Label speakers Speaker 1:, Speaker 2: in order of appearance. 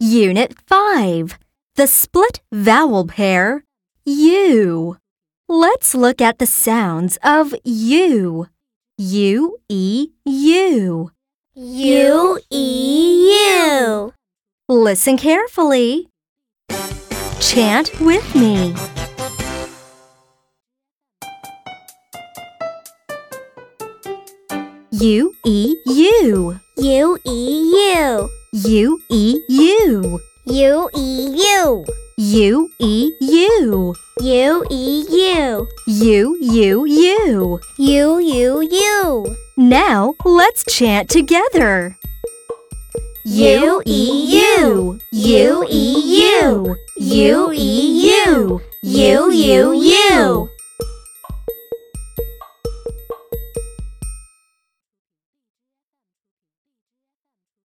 Speaker 1: Unit 5 The split vowel pair U. Let's look at the sounds of U. U E U.
Speaker 2: U E U.
Speaker 1: Listen carefully. Chant with me. U E U.
Speaker 2: U E U.
Speaker 1: U E U.
Speaker 2: U E
Speaker 1: U
Speaker 2: U.
Speaker 1: E U.
Speaker 2: U E U.
Speaker 1: U U U.
Speaker 2: U U U.
Speaker 1: Now let's chant together.
Speaker 2: U, E, U. U, E, U. U, E, U. U, U, U.